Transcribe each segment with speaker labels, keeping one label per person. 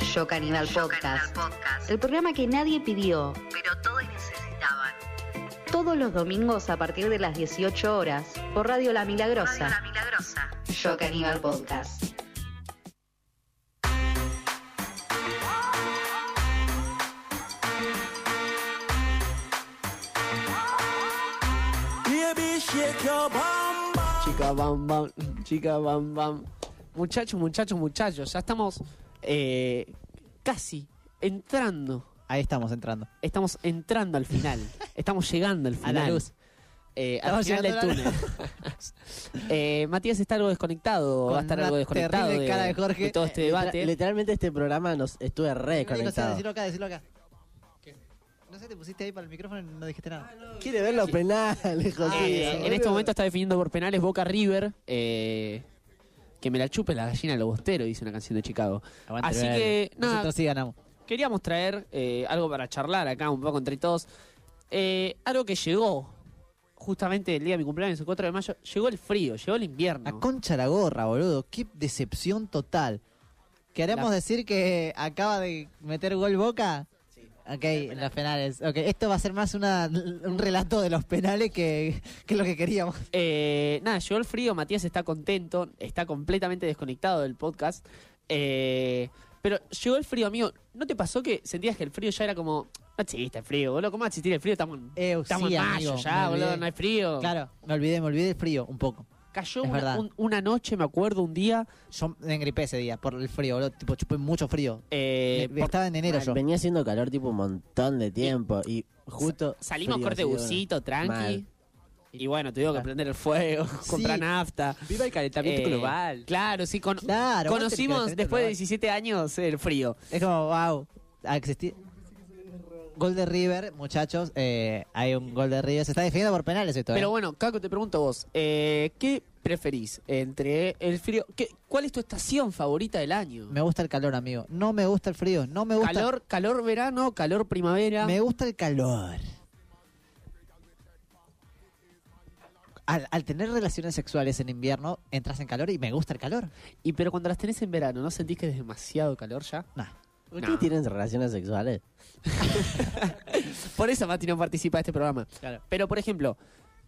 Speaker 1: Show Canibal Podcast. El programa que nadie pidió,
Speaker 2: pero todos necesitaban.
Speaker 1: todos los domingos a partir de las 18 horas, por Radio La
Speaker 2: Radio La
Speaker 1: Milagrosa.
Speaker 2: Milagrosa.
Speaker 1: Show Canibal Podcast.
Speaker 3: Baby, shake your bum bum.
Speaker 4: Chica bam bam, chica bam bam.
Speaker 5: Muchachos, muchachos, muchachos, ya estamos eh, casi entrando.
Speaker 6: Ahí estamos entrando.
Speaker 5: Estamos entrando al final. Estamos llegando al final.
Speaker 6: la luz.
Speaker 5: Eh, al
Speaker 6: Estamos
Speaker 5: final del
Speaker 6: llegando a
Speaker 5: túnel. Eh, Matías está algo desconectado.
Speaker 6: Con
Speaker 5: va a estar
Speaker 6: una
Speaker 5: algo desconectado
Speaker 6: terrible
Speaker 5: de,
Speaker 6: cara de Jorge.
Speaker 5: todo este debate.
Speaker 7: Literalmente este programa nos estuve re
Speaker 6: No sé,
Speaker 7: desconectado.
Speaker 6: decirlo acá, decirlo acá. No sé, te pusiste ahí para el micrófono y Ah, no dijiste nada.
Speaker 7: Quiere ver los penales, José.
Speaker 5: Eh, en este momento está definiendo por penales Boca River. eh, que me la chupe la gallina al bostero, dice una canción de Chicago.
Speaker 6: Aguante,
Speaker 5: Así
Speaker 6: Belgrano.
Speaker 5: que, nada.
Speaker 6: Nosotros sí ganamos.
Speaker 5: queríamos traer eh, algo para charlar acá un poco entre todos. Eh, algo que llegó justamente el día de mi cumpleaños, el 4 de mayo, llegó el frío, llegó el
Speaker 6: A
Speaker 5: invierno.
Speaker 6: concha la gorra, boludo. Qué decepción total. ¿Queremos
Speaker 5: La-
Speaker 6: decir que acaba de meter gol Boca? Sí. Ok, en los penales. Ok, esto va a ser más una, un relato de los penales que, que lo que queríamos.
Speaker 5: Eh, nada, llegó el frío, Matías está contento, está completamente desconectado del podcast. Eh, pero llegó el frío, amigo. ¿No te pasó que sentías que el frío ya era como... No existe el frío, boludo. ¿Cómo va a existir el frío? Estamos en,
Speaker 6: Eh,
Speaker 5: estamos
Speaker 6: sí,
Speaker 5: en mayo
Speaker 6: amigo,
Speaker 5: ya,
Speaker 6: me olvidé.
Speaker 5: boludo. No hay frío.
Speaker 6: Claro, me olvidé, me olvidé el frío un poco.
Speaker 5: Cayó
Speaker 6: es
Speaker 5: una,
Speaker 6: verdad.
Speaker 5: un- una noche, me acuerdo, un día...
Speaker 6: Yo me engripé ese día por el frío, boludo. Tipo, chupé mucho frío.
Speaker 5: eh,
Speaker 6: Me-
Speaker 5: por-
Speaker 6: Estaba en enero
Speaker 7: Mal,
Speaker 6: yo.
Speaker 7: Venía haciendo calor tipo un montón de tiempo y justo.
Speaker 5: Salimos
Speaker 7: frío,
Speaker 5: corte
Speaker 7: así que
Speaker 5: busito, tranqui.
Speaker 7: Mal.
Speaker 5: Y bueno, tuvimos que prender el fuego, comprar nafta.
Speaker 8: Viva el calentamiento
Speaker 5: Eh,
Speaker 8: global.
Speaker 5: Claro, sí. con-
Speaker 6: Claro, aguante
Speaker 5: conocimos
Speaker 6: el
Speaker 5: después de
Speaker 6: global.
Speaker 5: 17 años el frío.
Speaker 6: Es como, wow, a existir. Gol de River, muchachos. eh, hay un gol de River. Se está defendiendo por penales esto.
Speaker 5: Pero
Speaker 6: eh.
Speaker 5: bueno, Caco, te pregunto vos, eh, ¿qué preferís entre el frío? ¿Qué, ¿Cuál es tu estación favorita del año?
Speaker 6: Me gusta el calor, amigo. No me gusta el frío. No me gusta.
Speaker 5: Calor, calor verano, calor primavera.
Speaker 6: Me gusta el calor. Al, al tener relaciones sexuales en invierno, entras en calor y me gusta el calor.
Speaker 5: Y pero cuando las tenés en verano, ¿no sentís que es demasiado calor ya?
Speaker 6: Nah.
Speaker 7: ¿Ustedes
Speaker 5: No.
Speaker 7: tienen relaciones sexuales?
Speaker 5: Por eso Mati no participa de este programa.
Speaker 6: Claro.
Speaker 5: Pero, por ejemplo,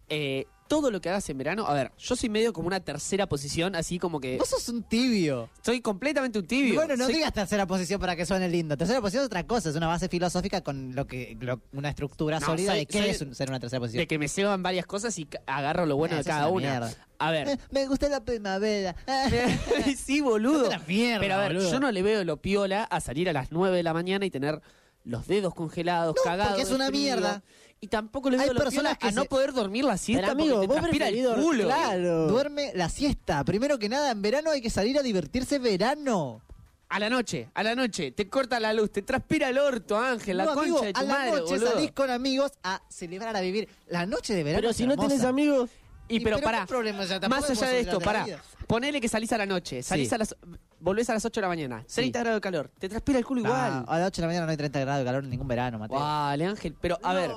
Speaker 5: eh, todo lo que hagas en verano, a ver, yo soy medio como una tercera posición, así como que
Speaker 6: Vos sos un tibio.
Speaker 5: soy completamente un tibio.
Speaker 6: Y bueno, no
Speaker 5: Soy-
Speaker 6: digas tercera posición para que suene lindo. Tercera posición es otra cosa, es una base filosófica con lo que lo- una estructura
Speaker 5: No,
Speaker 6: sólida
Speaker 5: soy-
Speaker 6: de qué
Speaker 5: soy-
Speaker 6: es un- ser una tercera posición.
Speaker 5: de que me ceban varias cosas y ca- agarro lo bueno
Speaker 6: Ah,
Speaker 5: de
Speaker 6: sos
Speaker 5: cada
Speaker 6: una
Speaker 5: una.
Speaker 6: mierda.
Speaker 5: A ver.
Speaker 6: Eh, me gusta la primavera. Eh,
Speaker 5: sí, boludo.
Speaker 6: sos una mierda,
Speaker 5: Pero a ver,
Speaker 6: boludo.
Speaker 5: yo no le veo lo piola a salir a las 9 de la mañana y tener los dedos congelados,
Speaker 6: No,
Speaker 5: cagados.
Speaker 6: porque es
Speaker 5: de
Speaker 6: una
Speaker 5: frío.
Speaker 6: mierda.
Speaker 5: Y tampoco le veo
Speaker 6: Hay
Speaker 5: lo piola
Speaker 6: personas que
Speaker 5: a no
Speaker 6: se-
Speaker 5: poder dormir la siesta
Speaker 7: Pero amigo,
Speaker 5: porque te
Speaker 7: vos
Speaker 5: transpira
Speaker 7: preferís
Speaker 5: el
Speaker 7: dormir-
Speaker 5: culo.
Speaker 7: Claro.
Speaker 6: Duerme la siesta. Primero que nada, en verano hay que salir a divertirse verano.
Speaker 5: A la noche, a la noche, te corta la luz, te transpira el orto, Ángel,
Speaker 6: No,
Speaker 5: la
Speaker 6: amigo,
Speaker 5: concha de tu
Speaker 6: a la
Speaker 5: madre,
Speaker 6: noche
Speaker 5: boludo.
Speaker 6: salís con amigos a celebrar, a vivir. La noche de verano
Speaker 7: Pero
Speaker 6: es
Speaker 7: si no
Speaker 6: hermosa.
Speaker 7: tenés amigos.
Speaker 5: Y
Speaker 6: Y
Speaker 5: pero,
Speaker 6: pero
Speaker 5: pará,
Speaker 6: qué problema, o sea, tampoco
Speaker 5: más allá de
Speaker 6: podemos
Speaker 5: esto,
Speaker 6: celebrar la
Speaker 5: pará.
Speaker 6: vida.
Speaker 5: Ponele que salís a la noche, salís
Speaker 6: Sí.
Speaker 5: a las volvés a las 8 de la mañana, 30 grados de calor, te transpira el culo
Speaker 6: No,
Speaker 5: igual.
Speaker 6: a las 8 de la mañana no hay 30 grados de calor en ningún verano, Mateo.
Speaker 5: Vale, Ángel, pero a ver,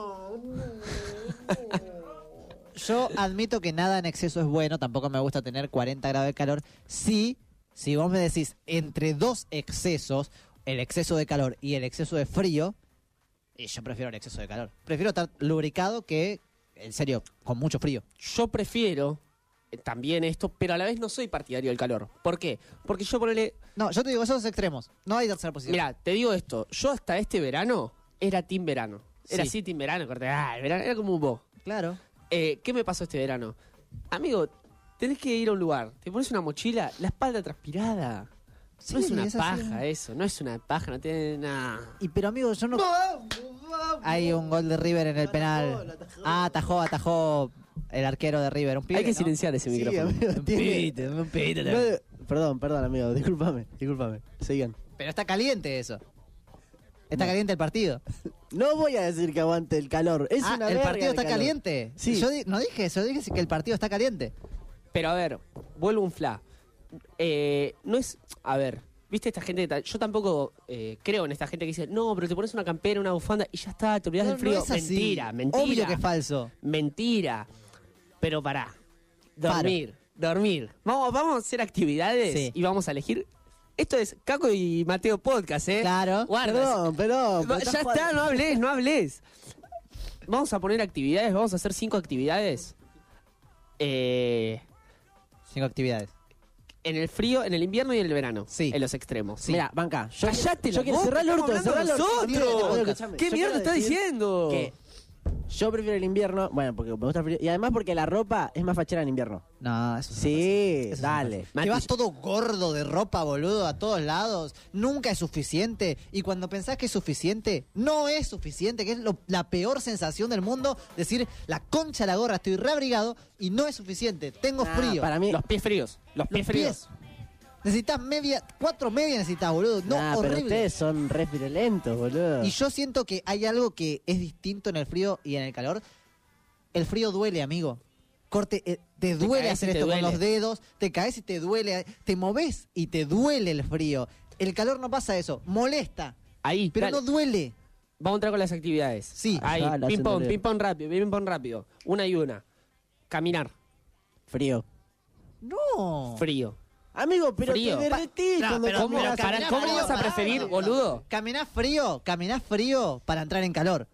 Speaker 6: Yo admito que nada en exceso es bueno, tampoco me gusta tener 40 grados de calor. Sí, si vos me decís entre dos excesos, el exceso de calor y el exceso de frío, y yo prefiero el exceso de calor. Prefiero estar lubricado que, en serio, con mucho frío.
Speaker 5: yo prefiero eh, también esto, pero a la vez no soy partidario del calor. ¿Por qué? Porque yo ponele,
Speaker 6: No, yo te digo, esos extremos. No hay tercera posición.
Speaker 5: mira, te digo esto, yo hasta este verano era team verano. Era
Speaker 6: Sí.
Speaker 5: así team verano, corte, ah, el verano era como un bo.
Speaker 6: claro.
Speaker 5: Eh, ¿Qué me pasó este verano? Amigo, tenés que ir a un lugar, te pones una mochila, la espalda transpirada. no es
Speaker 6: Sí,
Speaker 5: una
Speaker 6: es así.
Speaker 5: paja eso, no es una paja, no tiene nada.
Speaker 6: Y pero amigo, yo no. Hay un gol de River en el penal. Ah, atajó, atajó el arquero de River. Un pibe,
Speaker 5: Hay que
Speaker 6: ¿no?
Speaker 5: silenciar ese
Speaker 7: Sí,
Speaker 5: micrófono.
Speaker 7: amigo, tiene-
Speaker 6: un
Speaker 7: No, perdón, perdón, amigo. Discúlpame, discúlpame. Sigan.
Speaker 6: Pero está caliente eso. Está caliente el partido.
Speaker 7: No voy a decir que aguante el calor. Es
Speaker 6: Ah,
Speaker 7: una
Speaker 6: el
Speaker 7: verga
Speaker 6: partido está
Speaker 7: calor.
Speaker 6: caliente.
Speaker 7: Sí.
Speaker 6: Yo di- no dije eso, dije que el partido está caliente.
Speaker 5: Pero a ver, vuelvo un fla. Eh, no es. A ver, ¿viste esta gente? que ta- Yo tampoco eh, creo en esta gente que dice, no, pero te pones una campera, una bufanda y ya está, te olvidas
Speaker 6: No,
Speaker 5: del frío.
Speaker 6: no es así.
Speaker 5: Mentira, mentira.
Speaker 6: Obvio que es falso.
Speaker 5: Mentira. Pero pará.
Speaker 6: Paro.
Speaker 5: Dormir, dormir. Vamos, vamos a hacer actividades
Speaker 6: Sí.
Speaker 5: y vamos a elegir Esto es Caco y Mateo Podcast, ¿eh?
Speaker 6: Claro.
Speaker 5: Guarda,
Speaker 7: Perdón, perdón.
Speaker 5: Va-
Speaker 7: pero
Speaker 5: ya
Speaker 7: estás jugando-
Speaker 5: está, no hables, no hables. Vamos a poner actividades, vamos a hacer cinco actividades. Eh,
Speaker 6: Cinco actividades.
Speaker 5: en el frío, en el invierno y en el verano.
Speaker 6: Sí.
Speaker 5: En los extremos.
Speaker 6: Sí.
Speaker 7: Mira, banca. Yo,
Speaker 5: Cállate
Speaker 7: yo
Speaker 5: la
Speaker 7: quiero
Speaker 5: boca,
Speaker 7: cerrar el orto,
Speaker 5: estamos
Speaker 7: cerrar el
Speaker 5: hablando
Speaker 7: orto.
Speaker 5: nosotros.
Speaker 7: Amigo, escuchame,
Speaker 5: ¿Qué
Speaker 7: yo
Speaker 5: mierda
Speaker 7: quiero
Speaker 5: estás
Speaker 7: decir
Speaker 5: diciendo?
Speaker 7: que Yo prefiero el invierno, bueno, porque me gusta el frío. Y además porque la ropa es más fachera en invierno.
Speaker 6: No, eso es una
Speaker 7: Sí,
Speaker 6: Eso
Speaker 7: dale.
Speaker 6: Te vas todo gordo de ropa, boludo, a todos lados. Nunca es suficiente. Y cuando pensás que es suficiente, no es suficiente. Que es lo- la peor sensación del mundo. Decir, la concha de la gorra, estoy reabrigado y no es suficiente. Tengo
Speaker 7: Ah,
Speaker 6: frío.
Speaker 7: Para mí,
Speaker 5: Los pies fríos. Los pies
Speaker 6: Los
Speaker 5: fríos.
Speaker 6: pies. Necesitas media, cuatro medias necesitas, boludo. No,
Speaker 7: Nah, Ah, pero
Speaker 6: horrible.
Speaker 7: ustedes son re violentos, boludo.
Speaker 6: Y yo siento que hay algo que es distinto en el frío y en el calor. El frío duele, amigo. Corte, eh, te duele
Speaker 5: caes
Speaker 6: hacer
Speaker 5: y te
Speaker 6: esto
Speaker 5: duele.
Speaker 6: con los dedos, te caes y te duele, te moves y te duele el frío. El calor no pasa eso, molesta,
Speaker 5: Ahí,
Speaker 6: pero
Speaker 5: dale.
Speaker 6: no duele.
Speaker 5: Vamos a entrar con las actividades.
Speaker 6: Sí.
Speaker 5: Ahí,
Speaker 7: Ah, la
Speaker 5: ping
Speaker 7: hacen
Speaker 5: pong,
Speaker 7: de-
Speaker 5: ping pong rápido, ping pong rápido. Una y una. Caminar,
Speaker 7: Frío.
Speaker 6: No.
Speaker 5: frío.
Speaker 7: Amigo, pero
Speaker 5: Frío.
Speaker 7: te derretís
Speaker 6: Pa- no,
Speaker 7: cuando
Speaker 6: pero-
Speaker 5: ¿Cómo,
Speaker 6: pero
Speaker 7: caminás.
Speaker 5: para-
Speaker 6: caminá
Speaker 5: ¿cómo
Speaker 6: frío,
Speaker 5: vas a
Speaker 6: pará,
Speaker 5: preferir,
Speaker 6: boludo.
Speaker 5: boludo?
Speaker 6: Caminás frío, caminás frío para entrar en calor.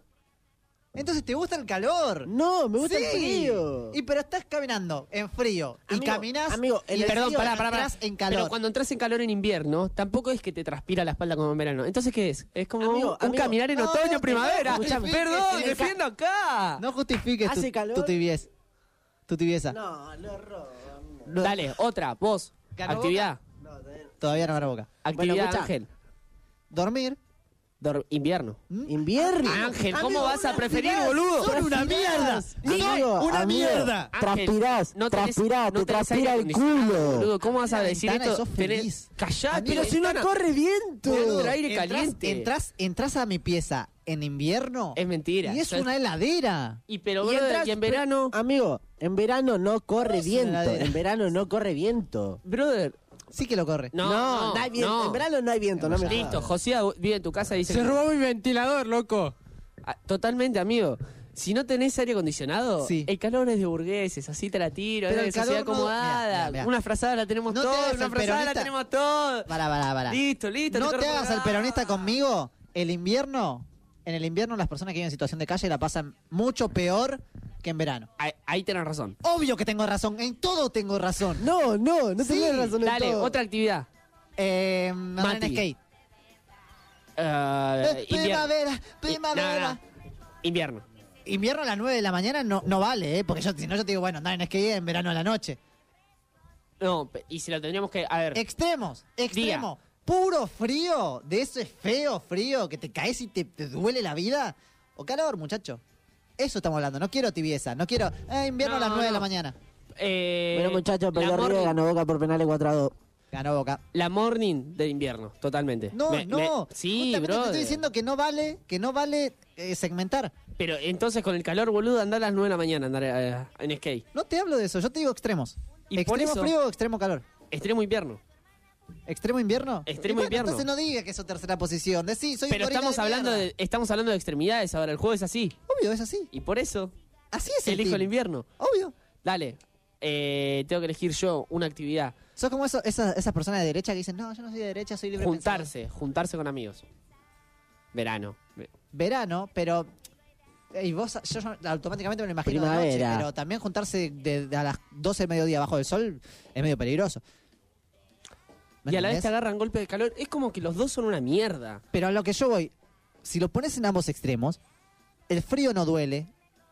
Speaker 6: Entonces te gusta el calor.
Speaker 7: No, me gusta el
Speaker 6: Sí.
Speaker 7: frío.
Speaker 6: Y pero estás caminando en frío y
Speaker 7: Amigo,
Speaker 6: caminás.
Speaker 7: amigo,
Speaker 6: y
Speaker 7: en el
Speaker 5: Perdón,
Speaker 6: frío
Speaker 5: pará, pará, pará.
Speaker 6: entras en calor.
Speaker 5: Pero cuando entras en calor en invierno, tampoco es que te transpira la espalda como en verano. Entonces, ¿qué es? Es como
Speaker 7: Amigo,
Speaker 5: un, un
Speaker 7: amigo.
Speaker 5: caminar en
Speaker 6: No,
Speaker 5: otoño,
Speaker 6: no,
Speaker 5: primavera.
Speaker 6: no, escuchame.
Speaker 5: Perdón,
Speaker 6: En el ca-
Speaker 5: defiendo acá.
Speaker 6: No justifiques tu,
Speaker 7: ¿Hace calor?
Speaker 6: tu tibieza. Tu tibieza.
Speaker 7: No, lo robo. amigo.
Speaker 6: No,
Speaker 5: Dale, otra, vos.
Speaker 6: Ganó
Speaker 5: Actividad.
Speaker 7: No, tenés-
Speaker 6: Todavía no me la boca.
Speaker 5: Actividad,
Speaker 7: escuchá.
Speaker 5: Ángel.
Speaker 6: Dormir.
Speaker 5: Dor- invierno.
Speaker 7: Invierno.
Speaker 5: Ángel, ¿cómo
Speaker 7: Amigo,
Speaker 5: vas a
Speaker 7: una
Speaker 5: preferir,
Speaker 7: actividad.
Speaker 5: boludo?
Speaker 7: Son una mierda. Amigo, amigo,
Speaker 5: Ángel,
Speaker 7: Transpirás,
Speaker 5: no tenés-
Speaker 7: transpirás,
Speaker 5: no
Speaker 7: te
Speaker 5: tenés aire
Speaker 7: transpira el
Speaker 5: acondicionado,
Speaker 7: culo.
Speaker 5: Boludo, ¿cómo vas a
Speaker 6: La
Speaker 5: decir
Speaker 6: ventana,
Speaker 5: esto? Tenés-
Speaker 6: sos feliz.
Speaker 5: Callate,
Speaker 6: Amigo,
Speaker 7: Pero si no
Speaker 5: ventana.
Speaker 7: corre viento.
Speaker 5: Boludo, el aire
Speaker 6: Entrás-
Speaker 5: caliente.
Speaker 6: Entrás, entrás a mi pieza en invierno.
Speaker 5: Es mentira.
Speaker 6: Y es
Speaker 5: Yo-
Speaker 6: una heladera.
Speaker 5: Y pero
Speaker 7: Y
Speaker 5: brother,
Speaker 7: entras-
Speaker 5: y en verano,
Speaker 7: Amigo, en verano no corre
Speaker 6: es una
Speaker 7: viento.
Speaker 6: heladera.
Speaker 7: En verano no corre viento.
Speaker 5: brother,
Speaker 6: Sí que lo corre.
Speaker 5: no, no,
Speaker 7: hay viento.
Speaker 5: no.
Speaker 7: En verano no hay viento, no me
Speaker 5: Listo,
Speaker 7: jodas.
Speaker 5: José vive en tu casa y dice
Speaker 8: Se
Speaker 5: que-
Speaker 8: robó mi ventilador, loco.
Speaker 5: Ah, Totalmente, amigo. Si no tenés aire acondiionado,
Speaker 6: Sí.
Speaker 5: el calor es de burgueses, así te la tiro,
Speaker 6: Pero
Speaker 5: es de
Speaker 6: el
Speaker 5: sociedad
Speaker 6: calor no-
Speaker 5: acomodada.
Speaker 6: Mirá, mirá, mirá.
Speaker 5: Una frazada la tenemos
Speaker 6: No te
Speaker 5: todos,
Speaker 6: hagas
Speaker 5: una
Speaker 6: el
Speaker 5: frazada la
Speaker 6: peronista.
Speaker 5: tenemos todos.
Speaker 6: Pará, pará, pará.
Speaker 5: Listo, listo.
Speaker 6: No
Speaker 5: te
Speaker 6: te hagas el
Speaker 5: corro-
Speaker 6: peronista conmigo. El invierno, en el invierno las personas que viven en situación de calle la pasan mucho peor que en verano.
Speaker 5: Ahí, ahí tenés razón.
Speaker 6: Obvio que tengo razón, en todo tengo razón.
Speaker 7: No, no, no
Speaker 6: Sí,
Speaker 7: tenés razón en
Speaker 5: Dale,
Speaker 7: todo.
Speaker 5: otra actividad.
Speaker 6: Eh, andar en
Speaker 5: Mati.
Speaker 6: skate.
Speaker 5: Ah,
Speaker 6: Eh,
Speaker 5: invierno.
Speaker 6: primavera,
Speaker 5: I- no, no,
Speaker 6: primavera.
Speaker 5: no. Invierno.
Speaker 6: Invierno a las 9 de la mañana no, no vale, ¿eh? Porque yo, si no, yo te digo, bueno, andar en skate en verano a la noche.
Speaker 5: No, pe- y si lo tendríamos que. A ver.
Speaker 6: Extremos, extremo. Puro frío, de ese feo frío que te caes y te, te duele la vida. O calor, muchacho. Eso estamos hablando, no quiero tibieza, no quiero eh, invierno
Speaker 5: No,
Speaker 6: a las 9 de
Speaker 5: no.
Speaker 6: la mañana.
Speaker 5: eh,
Speaker 7: Bueno, muchachos,
Speaker 5: la
Speaker 7: perdió River,
Speaker 5: morning,
Speaker 7: ganó Boca por penales 4 a 2.
Speaker 6: Ganó Boca.
Speaker 5: la morning del invierno, totalmente.
Speaker 6: No,
Speaker 5: Me-
Speaker 6: no.
Speaker 5: me- sí,
Speaker 6: Justamente
Speaker 5: bro.
Speaker 6: te estoy diciendo que no vale, que no vale eh, segmentar.
Speaker 5: Pero entonces con el calor, boludo, andar a las 9 de la mañana andar eh, en skate.
Speaker 6: No te hablo de eso, yo te digo extremos.
Speaker 5: Y por
Speaker 6: extremo
Speaker 5: eso-
Speaker 6: frío o extremo calor.
Speaker 5: Extremo invierno.
Speaker 6: ¿Extremo invierno?
Speaker 5: Extremo
Speaker 6: Y bueno,
Speaker 5: invierno.
Speaker 6: Entonces no diga que es su tercera posición. Decí, soy un
Speaker 5: Pero
Speaker 6: gorila
Speaker 5: estamos hablando
Speaker 6: mierda.
Speaker 5: de, estamos hablando de extremidades ahora, el juego es así.
Speaker 6: Obvio, es así.
Speaker 5: Y por eso
Speaker 6: Así es el
Speaker 5: elijo
Speaker 6: team.
Speaker 5: el invierno.
Speaker 6: Obvio.
Speaker 5: Dale, eh, tengo que elegir yo una actividad.
Speaker 6: Sos como eso- esas, esas personas de derecha que dicen, no, yo no soy de derecha, soy libre
Speaker 5: juntarse, juntarse con amigos. Verano. Ve-
Speaker 6: pensador". Verano, pero... Y vos, yo, yo automáticamente me lo imagino de
Speaker 7: Primavera.
Speaker 6: noche, pero también juntarse de, de a las 12 del mediodía bajo el sol es medio peligroso. ¿Me
Speaker 5: Y a la vez
Speaker 6: entendés?
Speaker 5: te agarran golpe de calor. Es como que los dos son una mierda.
Speaker 6: Pero a lo que yo voy, si lo pones en ambos extremos, el frío no duele,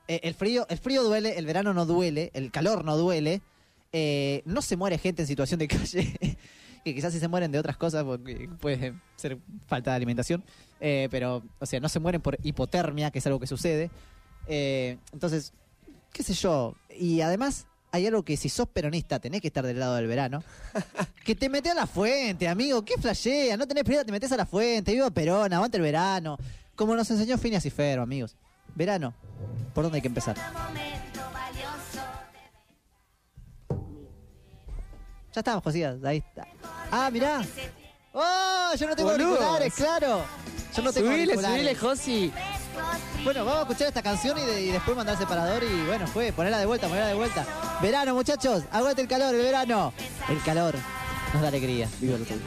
Speaker 6: eh, el, frío, el frío duele, el verano no duele, el calor no duele, eh, no se muere gente en situación de calle, que quizás sí se mueren de otras cosas porque puede ser falta de alimentación, eh, pero, o sea, no se mueren por hipotermia, que es algo que sucede. Eh, entonces, qué sé yo, y además... Hay algo que si sos peronista tenés que estar del lado del verano. Que te metes a la fuente, amigo. ¿Qué flashea? No tenés prioridad, te metes a la fuente. Viva Perón, aguante el verano. Como nos enseñó Phineas y Ferro, amigos. Verano, ¿por dónde hay que empezar? Ya estamos, Josías. Ahí está. Ah, mirá. ¡Oh! Yo no tengo
Speaker 5: Boludos.
Speaker 6: auriculares, claro. Yo no tengo
Speaker 5: subile,
Speaker 6: auriculares.
Speaker 5: subile, Josi.
Speaker 6: Bueno, vamos a escuchar esta canción y, de- y después mandar el separador y bueno, fue, ponerla de vuelta, ponerla de vuelta. Verano, muchachos, aguante el calor, el verano. El calor. nos da alegría.
Speaker 7: Viva lo tuyo.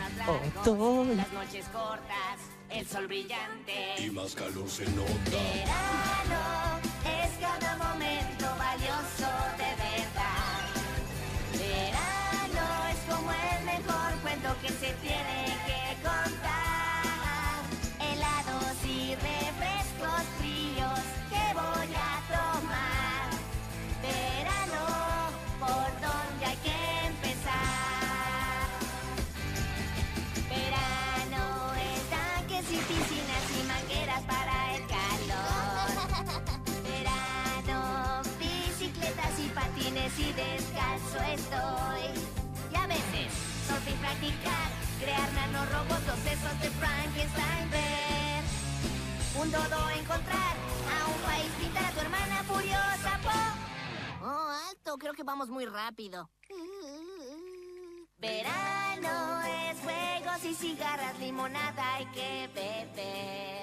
Speaker 6: Todo-
Speaker 8: Las noches cortas, el sol brillante.
Speaker 3: Y más calor se nota.
Speaker 8: Verano es cada momento valioso de verdad. Verano es como el mejor cuento que se tiene que contar. Helados y refrescos fríos que voy a tomar. Verano, por donde hay que empezar. Verano, estanques y piscinas y mangueras para el calor. Verano, bicicletas y patines y descalzo estoy. Y a veces, surfing practicar, crear nanorobots, los sesos de Frankenstein ver. Un dodo encontrar, a un país pintar a tu hermana furiosa po. Oh, alto, creo que vamos muy rápido. Verano es juegos y cigarras, limonada hay que beber.